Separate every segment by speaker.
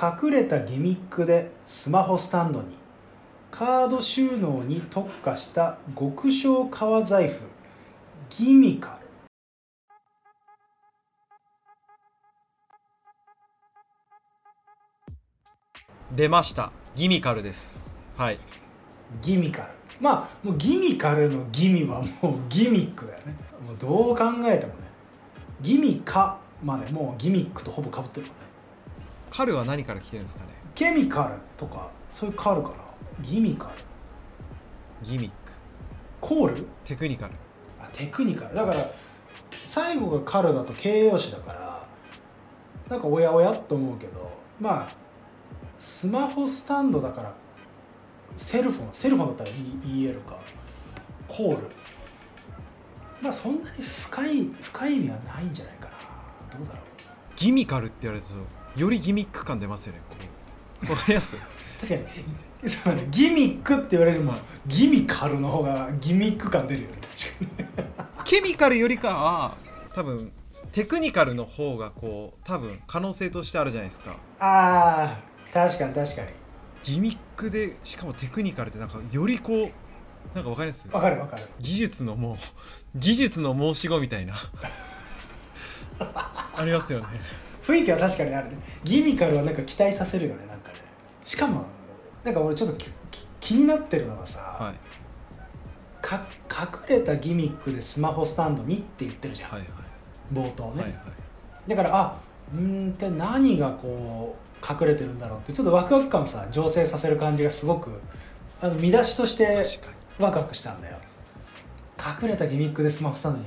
Speaker 1: 隠れたギミックでスマホスタンドにカード収納に特化した極小革財布ギミカル
Speaker 2: 出ましたギミカルですはい
Speaker 1: ギミカルまあもうギミカルのギミはもうギミックだよねもうどう考えてもねギミカまでもうギミックとほぼかぶってるからね
Speaker 2: カルは何から来てるんですかね
Speaker 1: ケミカルとかそういうカルかなギミカル
Speaker 2: ギミック
Speaker 1: コール
Speaker 2: テクニカル
Speaker 1: あテクニカルだから最後がカルだと形容詞だからなんかおやおやと思うけどまあスマホスタンドだからセルフォンセルフォンだったら E- EL かコールまあそんなに深い深い意味はないんじゃないかなどうだろう
Speaker 2: ギミカルって言われるとよりギミック感出ますよねこうわかります
Speaker 1: 確かに そうだねギミックって言われるもんギミカルの方がギミック感出るよね確かに
Speaker 2: ケミカルよりかは多分テクニカルの方がこう多分可能性としてあるじゃないですか
Speaker 1: あー確かに確かに
Speaker 2: ギミックでしかもテクニカルってなんかよりこうなんかわかります
Speaker 1: わかるわかる
Speaker 2: 技術のもう技術の申し子みた いなありますよね
Speaker 1: 雰囲気は確かにあるねギミカルはなんか期待させるよねなんかねしかもなんか俺ちょっときき気になってるのがさ、
Speaker 2: はい
Speaker 1: か隠れたギミックでスマホスタンドにって言ってるじゃん、
Speaker 2: はいはい
Speaker 1: 冒頭ね、
Speaker 2: はいはい
Speaker 1: だからあうーんって何がこう隠れてるんだろうってちょっとワクワク感をさ醸成させる感じがすごくあの見出しとして
Speaker 2: 確かに
Speaker 1: ワクワクしたんだよ隠れたギミックでスマホスタンドに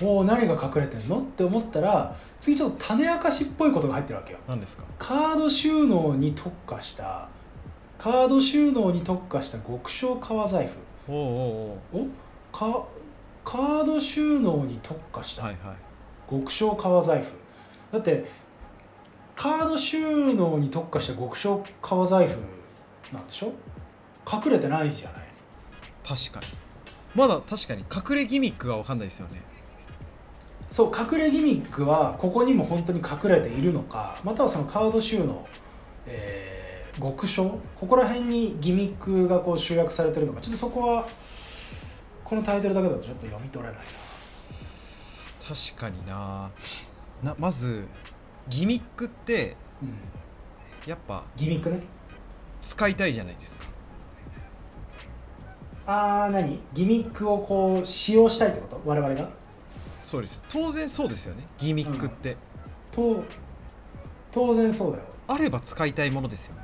Speaker 1: おお何が隠れてんのって思ったら次ちょっと種明かしっぽいことが入ってるわけよ
Speaker 2: 何ですか
Speaker 1: カード収納に特化したカード収納に特化した極小革財布
Speaker 2: おうおうお
Speaker 1: をかカード収納に特化し
Speaker 2: う
Speaker 1: た、
Speaker 2: はいはい
Speaker 1: 極小革財布だってカード収納に特化した極小革財布なんでしょ隠れてないじゃない
Speaker 2: 確かにまだ確かに隠れギミックが分かんないですよね
Speaker 1: そう隠れギミックはここにも本当に隠れているのかまたはそのカード収納、えー極小ここら辺にギミックがこう集約されてるのかちょっとそこはこのタイトルだけだとちょっと読み取れないな
Speaker 2: 確かにななまずギミックって
Speaker 1: うん
Speaker 2: やっぱ
Speaker 1: ギミックね
Speaker 2: 使いたいじゃないですか
Speaker 1: ああ何ギミックをこう使用したいってこと我々が
Speaker 2: そうです当然そうですよねギミックって、
Speaker 1: と当然そうだよ
Speaker 2: あれば使いたいものですよね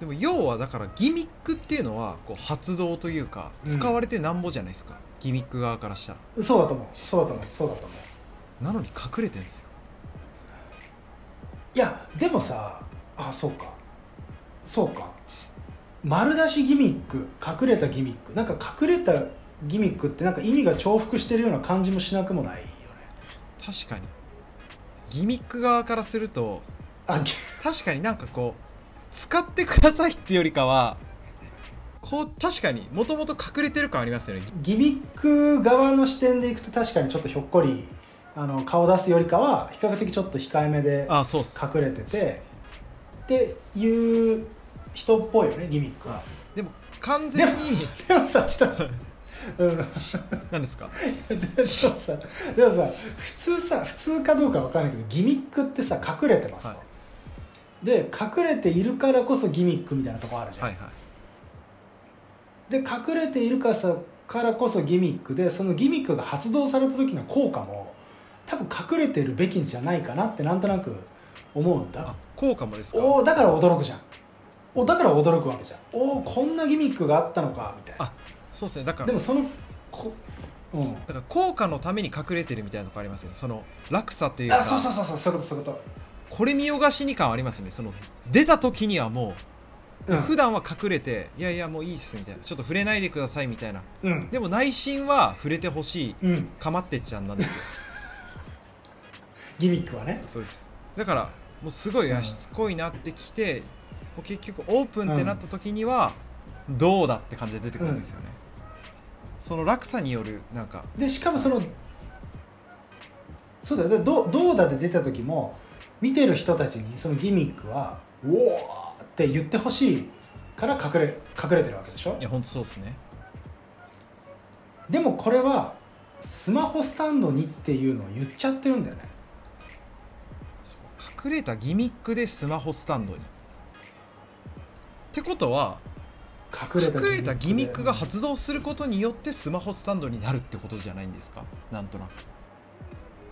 Speaker 2: でも要はだからギミックっていうのはこう発動というか
Speaker 1: うん
Speaker 2: 使われてなんぼじゃないですか、ギミック側からしたら
Speaker 1: そうだと思うそうだと思うそうだと思う
Speaker 2: なのに隠れてんですよ
Speaker 1: いやでもさあそうかそうか丸出しギミック隠れたギミックなんか隠れたギミックってなんか意味が重複してるような感じもしなくもないよね
Speaker 2: 確かにギミック側からすると
Speaker 1: あぎ
Speaker 2: 確かになんかこう使ってくださいってよりかはこう確かにもともと隠れてる感ありますよね
Speaker 1: ギミック側の視点でいくと確かにちょっとひょっこりあの顔出すよりかは比較的ちょっと控えめで
Speaker 2: あそうっす
Speaker 1: 隠れててっていう人っぽいよねギミックは
Speaker 2: でも完全に
Speaker 1: でもさちょっとうん
Speaker 2: 何ですか
Speaker 1: でもさでもさ普通さ普通かどうかわかんないけどギミックってさ隠れてますと、
Speaker 2: は
Speaker 1: で隠れているからこそギミックみたいなとこあるじゃん、
Speaker 2: はいはい
Speaker 1: で隠れているからさからこそギミックでそのギミックが発動された時の効果も多分隠れてるべきんじゃないかなってなんとなく思うんだ
Speaker 2: あ効果もですか
Speaker 1: おおだから驚くじゃんおだから驚くわけじゃんおおこんなギミックがあったのかみたいな
Speaker 2: あそうですねだから
Speaker 1: でもそのこうん
Speaker 2: だから効果のために隠れてるみたいなとこありますよねその落差というか
Speaker 1: あそうそうそうそうそういうことそういうこ
Speaker 2: これ見よがしに感ありますよねその出た時にはも
Speaker 1: と
Speaker 2: う、
Speaker 1: うん
Speaker 2: 普段は隠れていやいやもういいっすみたいなちょっと触れないでくださいみたいな
Speaker 1: うん
Speaker 2: でも内心は触れてほしい
Speaker 1: うん
Speaker 2: かまってちゃんなんですよ
Speaker 1: ギミックはね
Speaker 2: そうですだからもうすごい
Speaker 1: うん
Speaker 2: あしつこいなってきて、もう結局オープンってなった時には、どうだって感じで出てくるんですよね、その落差によるなんか
Speaker 1: でしかもそのそうだよでどうどうだって出た時も見てる人たちにそのギミックは「うおー!」って言ってほしいから隠れ隠れてるわけでしょ
Speaker 2: いや本当そうですね
Speaker 1: でもこれはスマホスタンドにっていうのを言っちゃってるんだよね
Speaker 2: そう隠れたギミックでスマホスタンドにってことは
Speaker 1: 隠れた
Speaker 2: 隠れたギミックが
Speaker 1: 発
Speaker 2: 発動することによってスマホスタンドになるってことじゃないんですかなんとなく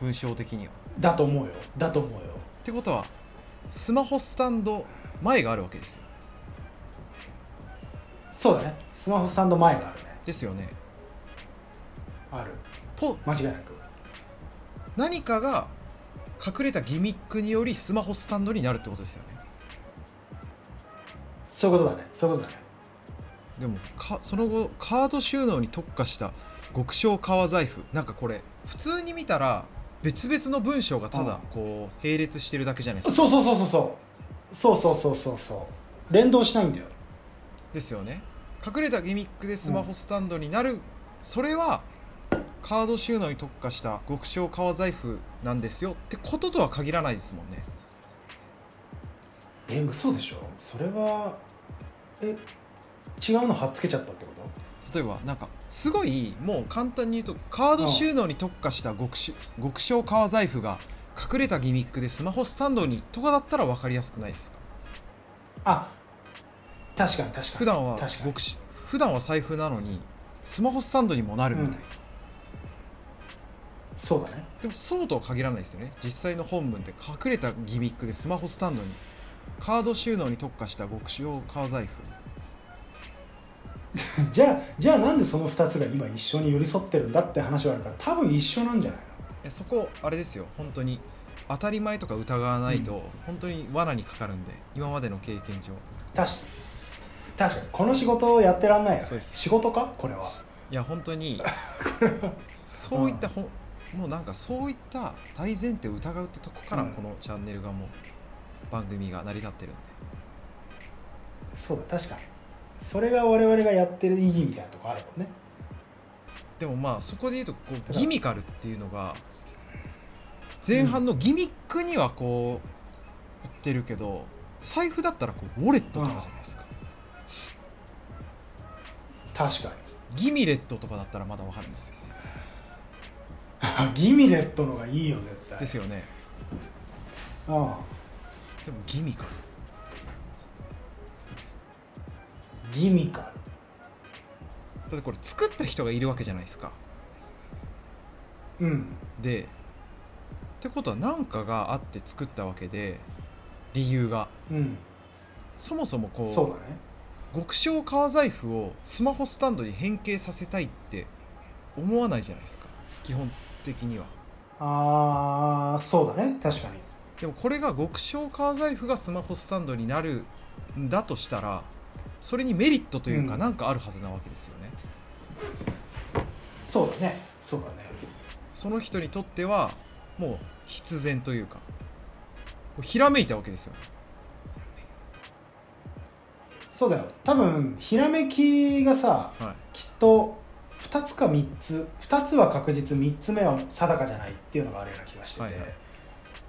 Speaker 2: 文章的には
Speaker 1: だと思うよだと思うよ
Speaker 2: ってことはスマホスタンド前があるわけですよ
Speaker 1: そうだねスマホスタンド前があるね
Speaker 2: ですよね
Speaker 1: ある
Speaker 2: と
Speaker 1: 間違いなく
Speaker 2: 何かが隠れたギミックによりスマホスタンドになるってことですよね
Speaker 1: そういうことだねそういうことだね
Speaker 2: でもかその後カード収納に特化した極小革財布なんかこれ普通に見たら別々の文章がただこう並列してるだけじゃないですか
Speaker 1: そうそうそうそうそうそうそうそうそうそう連動しないんだよ
Speaker 2: ですよね隠れたギミックでスマホスタンドになる、それはカード収納に特化した極小革財布なんですよってこととは限らないですもんね
Speaker 1: え嘘でしょそれはえ違うの貼っつけちゃったってこと
Speaker 2: 例えばなんかすごいもう簡単に言うとカード収納に特化した極小極小革財布が隠れたギミックでスマホスタンドにとかだったら分かりやすくないですか
Speaker 1: あ確かに確かに
Speaker 2: 普段は
Speaker 1: 確かに
Speaker 2: 極小普段は財布なのにスマホスタンドにもなるみたいな、
Speaker 1: そうだね
Speaker 2: でもそうとは限らないですよね実際の本文で隠れたギミックでスマホスタンドにカード収納に特化した極小革財布
Speaker 1: じゃあじゃあなんでその2つが今一緒に寄り添ってるんだって話はあるから多分一緒なんじゃない
Speaker 2: えそこあれですよ本当に当たり前とか疑わないと本当に罠にかかるんで今までの経験上
Speaker 1: の確か確かにこの仕事をやってらんないよね
Speaker 2: そうです
Speaker 1: 仕事かこれはい
Speaker 2: や本当 にそういったほんもうなんかそういった大前提を疑うってとこから
Speaker 1: うん
Speaker 2: このチャンネルがもう番組が成り立ってるんで
Speaker 1: そうだ確かにそれが我々がやってる意義みたいなとこあるもんね
Speaker 2: でもまあそこで言うとこ
Speaker 1: ただ
Speaker 2: うギミカルっていうのが前半のギミックにはこう言ってるけど財布だったらこうウォレットとかじゃないですか
Speaker 1: 確かに
Speaker 2: ギミレットとかだったらまだわかるんですよね
Speaker 1: あ ギミレットのがいいよ絶対
Speaker 2: ですよね
Speaker 1: うん
Speaker 2: でもギミカル
Speaker 1: ギミカ
Speaker 2: だってこれ作った人がいるわけじゃないですか
Speaker 1: ルうん
Speaker 2: でってことは何かがあって作ったわけで理由が
Speaker 1: うん
Speaker 2: そもそもこ
Speaker 1: そうだね
Speaker 2: う極小革財布をスマホスタンドに変形させたいって思わないじゃないですか基本的には
Speaker 1: ああそうだね確かに
Speaker 2: でもこれが極小革財布がスマホスタンドになるんだとしたらそれにメリットというか
Speaker 1: うん
Speaker 2: 何かあるはずなわけですよね、
Speaker 1: そうだねそうだね
Speaker 2: その人にとってはもう必然というかひらめいたわけですよ
Speaker 1: そうだよ多分ひらめきがさ
Speaker 2: はい
Speaker 1: きっと2つか3つ2つは確実3つ目は定かじゃないっていうのがあるような気がしてて、
Speaker 2: はいはい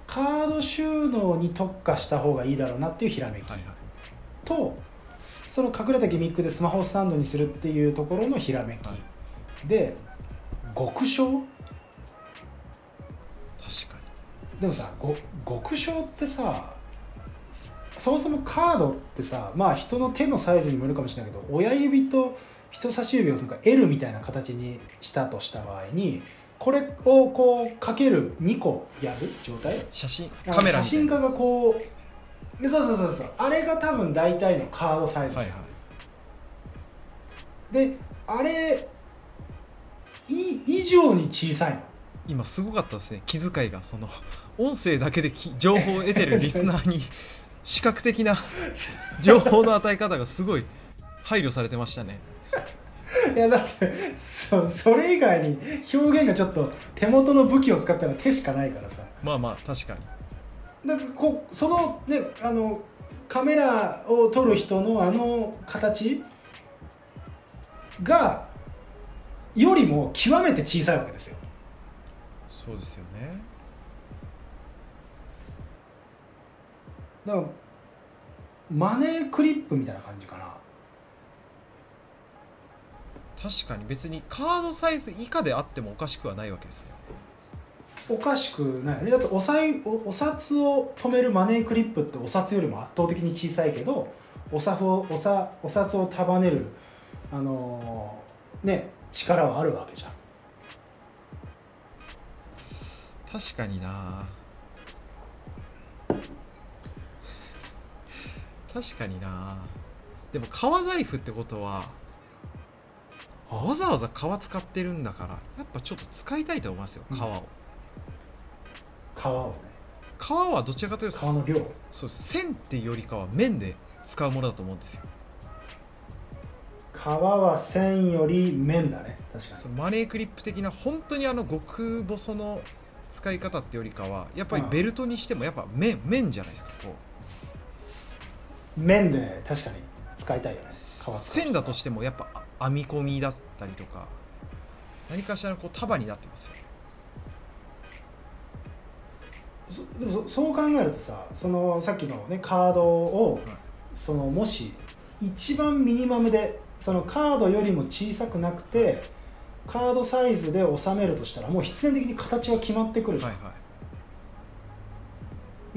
Speaker 1: カード収納に特化した方がいいだろうなっていうひらめき、
Speaker 2: はいはい
Speaker 1: とその隠れたギミックでスマホをスタンドにするっていうところのひらめき、
Speaker 2: は
Speaker 1: で極小
Speaker 2: 確かに
Speaker 1: でもさご極小ってさそそもそもカードってさまあ人の手のサイズにもよるかもしれないけど親指と人差し指をなんか L みたいな形にしたとした場合にこれをこうかける2個やる状態
Speaker 2: 写真
Speaker 1: なん
Speaker 2: カ
Speaker 1: か
Speaker 2: メラ
Speaker 1: 写
Speaker 2: みたい
Speaker 1: 真
Speaker 2: な
Speaker 1: 家がこうでそうそうそうそうあれが多分大体のカードサイズ、
Speaker 2: はいはい
Speaker 1: であれい以上に小さいの
Speaker 2: 今すごかったですね気遣いがその音声だけでき情報を得てるリスナ ーに視覚的な情報の与え方がすごい配慮されてましたね
Speaker 1: いやだってそそれ以外に表現がちょっと手元の武器を使ったら手しかないからさ
Speaker 2: まあまあ確かに
Speaker 1: なんかこうそのねあのカメラを撮る人のあの形がよりも極めて小さいわけですよ
Speaker 2: そうですよね
Speaker 1: だからマネークリップみたいな感じかな
Speaker 2: 確かに別にカードサイズ以下であってもおかしくはないわけですね
Speaker 1: おかしくないよねだってお財おお札を止めるマネークリップってお札よりも圧倒的に小さいけどお札をおさお札を束ねる、あのーね、力はあるわけじゃん
Speaker 2: 確かにな確かになでも革財布ってことはわざわざ革使ってるんだからやっぱちょっと使いたいと思いますよ
Speaker 1: うん
Speaker 2: 革を、
Speaker 1: 皮をね
Speaker 2: 革はどちらかというと
Speaker 1: 皮の量
Speaker 2: そう線っていうよりかは面で使うものだと思うんですよ
Speaker 1: 皮は線より面だね確かに
Speaker 2: そのマネークリップ的な本当にあの極細の使い方ってよりかはやっぱりベルトにしてもやっぱ面面じゃないですかこう
Speaker 1: 面で確かに使いたいよね皮使う人
Speaker 2: 線だとしてもやっぱ編み込みだったりとか何かしらのこう束になってますよね
Speaker 1: そでもそそう考えるとさそのさっきの、ね、カードを、
Speaker 2: はい
Speaker 1: そのもし一番ミニマムでそのカードよりも小さくなくてカードサイズで収めるとしたらもう必然的に形は決まってくるじゃ
Speaker 2: は
Speaker 1: ん、
Speaker 2: いはい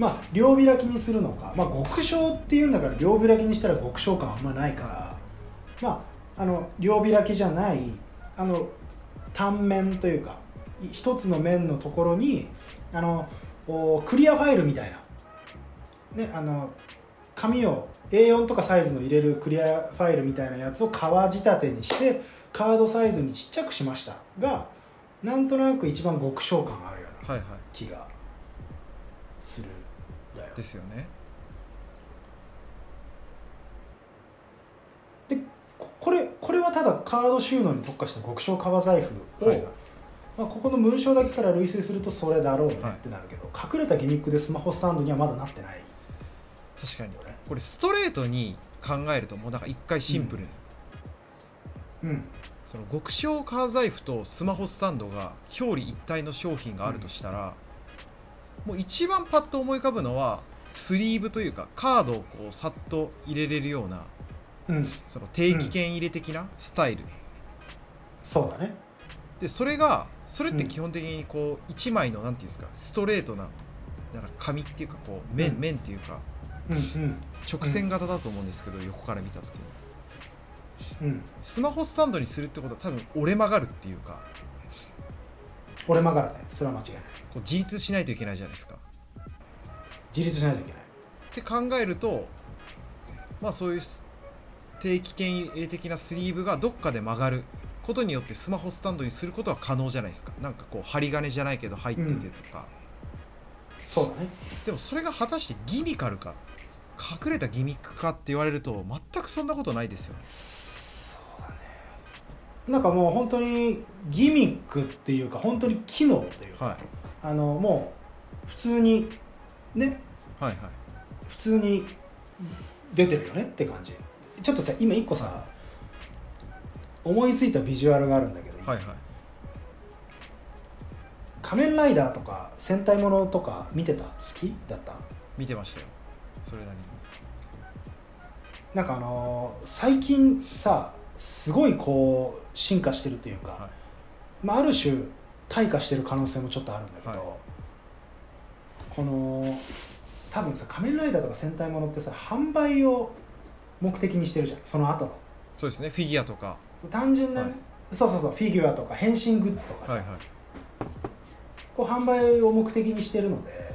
Speaker 1: まあ両開きにするのか、まあ、極小っていうんだから両開きにしたら極小感あんまないからまああの両開きじゃないあの単面というかい一つの面のところにあのおクリアファイルみたいな、ね、あの紙を A4 とかサイズの入れるクリアファイルみたいなやつを革仕立てにしてカードサイズにちっちゃくしましたがなんとなく一番極小感あるような
Speaker 2: はいは
Speaker 1: 気がするんだよ
Speaker 2: いですよね
Speaker 1: でここれこれはただカード収納に特化した極小革財布を、
Speaker 2: はいはい
Speaker 1: まあ、ここの文章だけから類推するとそれだろうね
Speaker 2: はい
Speaker 1: ってなるけど、隠れたギミックでスマホスタンドにはまだなってない
Speaker 2: 確かに
Speaker 1: よね
Speaker 2: これストレートに考えるともうなんか一回シンプルに、
Speaker 1: うん
Speaker 2: その極小カー財布とスマホスタンドが表裏一体の商品があるとしたら、もう一番パッと思い浮かぶのはスリーブというかカードをこうさっと入れれるような
Speaker 1: うん
Speaker 2: その定期券入れ的なスタイル、
Speaker 1: そうだね
Speaker 2: でそれがそれって
Speaker 1: うん
Speaker 2: 基本的にこう一枚のなんていうんですかストレートななんか紙っていうかこう
Speaker 1: う
Speaker 2: 面、
Speaker 1: ん
Speaker 2: 面っていうか
Speaker 1: うんうん
Speaker 2: 直線型だと思うんですけど、横から見た時に
Speaker 1: うん
Speaker 2: スマホスタンドにするってことは多分折れ曲がるっていうか
Speaker 1: 俺まからねそれは間違いない
Speaker 2: こう自立しないといけないじゃないですか
Speaker 1: 自立しないといけない
Speaker 2: って考えるとまあそういうす定期券入れ的なスリーブがどっかで曲がることによってスマホスタンドにすることは可能じゃないですかなんかこう針金じゃないけど入っててとか、
Speaker 1: そうだね
Speaker 2: でもそれが果たしてギミカルか隠れたギミックかって言われると全くそんなことないですよね
Speaker 1: そうだねなんかもう本当にギミックっていうか本当に機能というか、
Speaker 2: は
Speaker 1: あのもう普通にね
Speaker 2: いはいはい
Speaker 1: 普通に出てるよねって感じちょっとさ今一個さ思いついたビジュアルがあるんだけど、
Speaker 2: はいはい
Speaker 1: 仮面ライダーとか戦隊ものとか見てた好きだった
Speaker 2: 見てましたよそれなりに
Speaker 1: なんかあのー最近さすごいこう進化してるというか、
Speaker 2: は
Speaker 1: まあ、ある種退化してる可能性もちょっとあるんだけど、
Speaker 2: はい
Speaker 1: この多分さ仮面ライダーとか戦隊ものってさ販売を目的にしてるじゃんその後の
Speaker 2: そうですねフィギュアとか
Speaker 1: 単純なね、
Speaker 2: は
Speaker 1: そうそうそうフィギュアとか変身グッズとかさ、
Speaker 2: はいはい
Speaker 1: こう販売を目的にしてるので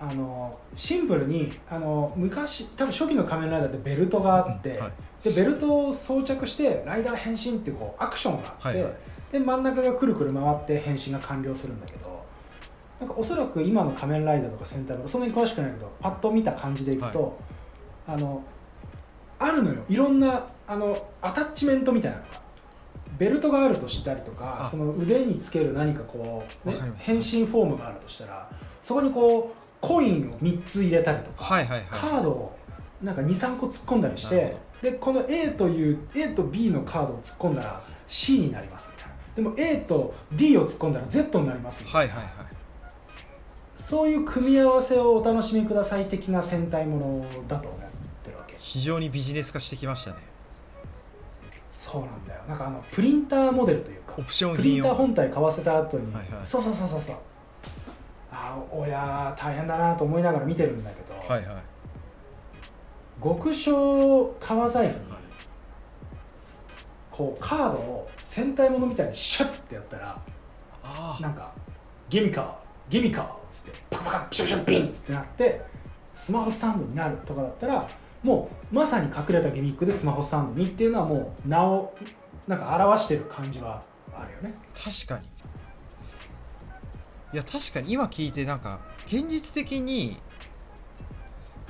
Speaker 1: あのシンプルにあの昔多分初期の仮面ライダーってベルトがあって、
Speaker 2: うんはい
Speaker 1: でベルトを装着してライダー変身っていうこうアクションがあって、
Speaker 2: はいはい
Speaker 1: で真ん中がくるくる回って変身が完了するんだけどなんかおそらく今の仮面ライダーとか戦隊もそんなに詳しくないけどパッと見た感じでいくと、あのあるのよいろんなあのアタッチメントみたいなのがベルトがあるとしたりとか
Speaker 2: あ
Speaker 1: その腕につける何かこう、ね
Speaker 2: わかります
Speaker 1: 変身フォームがあるとしたらそこにこうコインを3つ入れたりとか、
Speaker 2: はいはい
Speaker 1: カ
Speaker 2: は
Speaker 1: ードをなんか23個突っ込んだりし
Speaker 2: なる
Speaker 1: てでこの A という A と B のカードを突っ込んだら C になりますみたいなでも A と D を突っ込んだら Z になりますみ
Speaker 2: い
Speaker 1: たいな、
Speaker 2: はいはいはい
Speaker 1: そういう組み合わせをお楽しみください的な戦隊ものだと思ってるわけ
Speaker 2: 非常にビジネス化してきましたね
Speaker 1: そうなんだよなんかあのプリンターモデルというか
Speaker 2: オプション
Speaker 1: プリ
Speaker 2: 品
Speaker 1: ンター
Speaker 2: を
Speaker 1: 本体買わせた後に、
Speaker 2: はいはい
Speaker 1: そうそうそうそうそうああ親大変だなと思いながら見てるんだけど、
Speaker 2: はいはい
Speaker 1: 極小革財布にこうカードを戦隊ものみたいにシャッてやったら
Speaker 2: あ
Speaker 1: なんか「ゲミカゲミカ」っつってパカパカピシャピシャピンっつってなってスマホスタンドになるとかだったらもうまさに隠れたギミックでスマホスタンドにっていうのはもう名をなんか表してる感じはあるよね
Speaker 2: 確かにいや確かに今聞いてなんか現実的に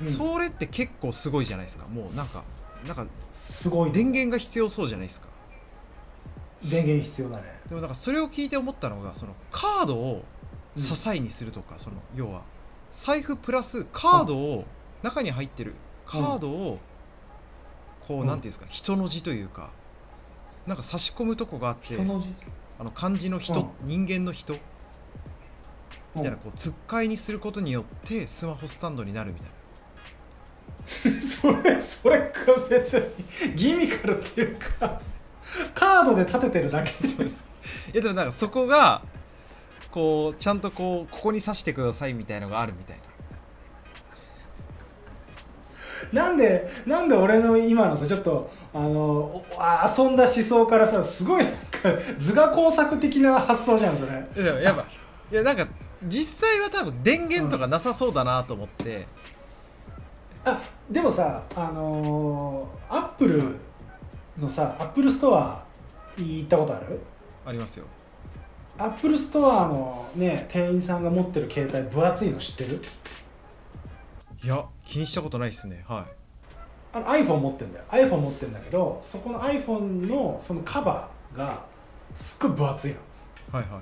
Speaker 1: うん
Speaker 2: それって結構すごいじゃないですか、もうなんかなんか
Speaker 1: すごいね
Speaker 2: 電源が必要そうじゃないですか
Speaker 1: 電源必要だね
Speaker 2: でもなんかそれを聞いて思ったのがそのカードを支えにするとか、その要は財布プラスカードを中に入ってるカードをこ
Speaker 1: う
Speaker 2: うんなんていうんですか人の字というかなんか差し込むとこがあって
Speaker 1: 人の字
Speaker 2: あの漢字の人人間の人みたいなこうつっかいにすることによってスマホスタンドになるみたいな
Speaker 1: それそれか別にギミカルっていうかカードで立ててるだけじゃないですか
Speaker 2: いやでもなんかそこがこうちゃんとこうここに刺してくださいみたいのがあるみたいな
Speaker 1: なんでなんで俺の今のさちょっとあのおあ遊んだ思想からさすごいなんか図画工作的な発想じゃんそれ
Speaker 2: いやでもやっぱいやなんか実際は多分電源とかなさそうだなと思って、
Speaker 1: あでもさあのアップルのさアップルストア行ったことある
Speaker 2: ありますよ
Speaker 1: アップルストアのね店員さんが持ってる携帯分厚いの知ってる
Speaker 2: いや気にしたことないですねは
Speaker 1: あの iPhone 持ってんだよ iPhone 持ってんだけどそこの iPhone のそのカバーがすっごい分厚いの
Speaker 2: い、はいはい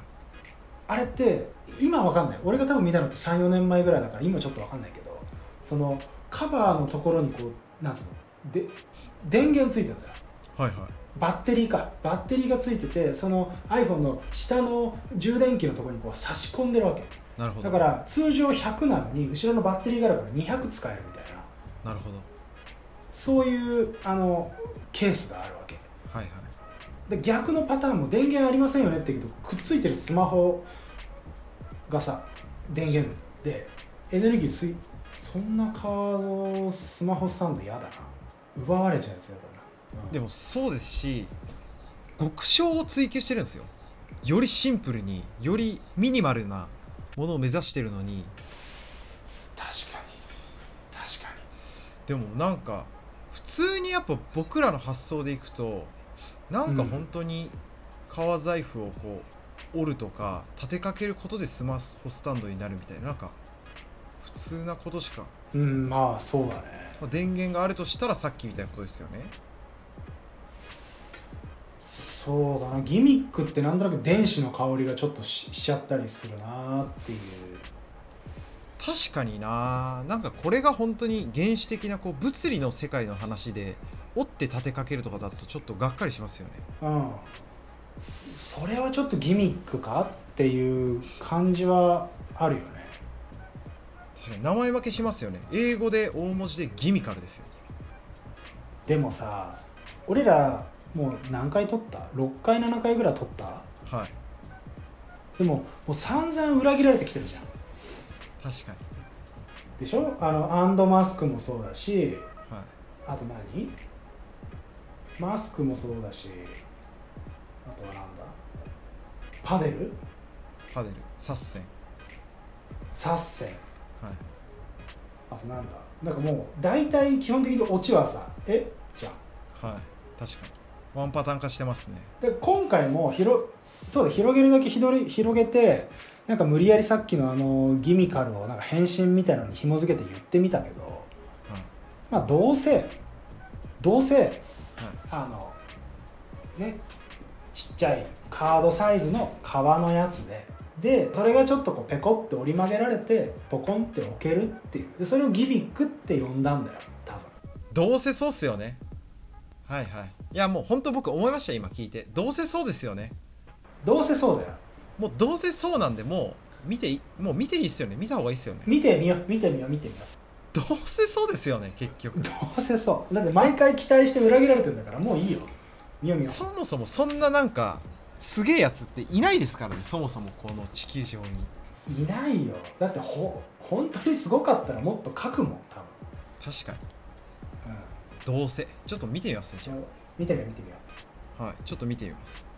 Speaker 1: あれって今わかんない俺が多分見たのって34年前ぐらいだから今ちょっとわかんないけどそのカバーのところにこうなんつうので電源ついてんだよ
Speaker 2: はいはい
Speaker 1: バッテリーかバッテリーがついててその iPhone の下の充電器のところにこう差し込んでるわけ
Speaker 2: なるほ
Speaker 1: だ
Speaker 2: ど
Speaker 1: から通常100なのに後ろのバッテリーがあるから200使えるみたいな
Speaker 2: なるほど
Speaker 1: そういうあのケースがあるわけ
Speaker 2: はいはい
Speaker 1: で逆のパターンも電源ありませんよねって言うとくっついてるスマホがさ電源でエネルギー吸いそんなカードスマホスタンド嫌だな奪われちゃうやつ嫌だな、
Speaker 2: で
Speaker 1: も
Speaker 2: もそうですし極小を追求してるんですよよりシンプルによりミニマルなものを目指してるのに
Speaker 1: 確かに確か
Speaker 2: でもなんか普通にやっぱ僕らの発想でいくとなんか本当に革財布をこう折るとか立てかけることでスマホスタンドになるみたいななんか普通なことしか、
Speaker 1: にうんまあそうだね
Speaker 2: まあ、電源があるとしたらさっきみたいなことですよね
Speaker 1: そうだなギミックってなんとなく電子の香りがちょっとししちゃったりするなっていう
Speaker 2: 確かにななんかこれが本当に原始的なこう物理の世界の話で折って立てかけるとかだとちょっとがっかりしますよね
Speaker 1: うんそれはちょっとギミックかっていう感じはあるよね
Speaker 2: 確かに名前分けしますよね英語で大文字でギミカルですよ
Speaker 1: でもさ俺らもう何回撮った6回7回ぐらい撮った
Speaker 2: はい
Speaker 1: でももう散々裏切られてきてるじゃん
Speaker 2: 確かに
Speaker 1: でしょあのアンドマスクもそうだし
Speaker 2: はい
Speaker 1: あと何マスクもそうだしあとはなんだパデル
Speaker 2: パデル、サッセン、
Speaker 1: サッセン
Speaker 2: はい、
Speaker 1: あとなんだなんかもう大体基本的にオチはさえじゃん
Speaker 2: はい、確かに。ワンパターン化してますね。
Speaker 1: で今回も広そうだ広げるだけひどり広げてなんか無理やりさっきのあのギミカルをなんか変身みたいなのに紐付けて言ってみたけど
Speaker 2: はい、
Speaker 1: まあどうせどうせ
Speaker 2: はい、
Speaker 1: あのねちっちゃいカードサイズの革のやつででそれがちょっとこうペコって折り曲げられてポコンって置けるっていうでそれをギミックって呼んだんだよ多分
Speaker 2: どうせそうっすよね。はい、はい。いや、もう本当僕思いました、今聞いて。どうせそうですよね。
Speaker 1: どうせそうだよ
Speaker 2: もうどうせそうなんで、もう見ていもう見ていいっすよね見た方がいいっすよね
Speaker 1: 見てみよう見てみよう見てみよう
Speaker 2: どうせそうですよね結局
Speaker 1: どうせそうだって毎回期待して裏切られてんだからもういいよ見よう見よう
Speaker 2: そもそもそんななんかすげえやつっていないですからねそもそもこの地球上に
Speaker 1: いないよだってほ本当にすごかったらもっと書くもん多分、
Speaker 2: 確かに
Speaker 1: うん、
Speaker 2: どうせちょっと見てみますねじ
Speaker 1: じゃ
Speaker 2: ゃ
Speaker 1: あ見てみよう見てみよう
Speaker 2: あはいちょっと見てみます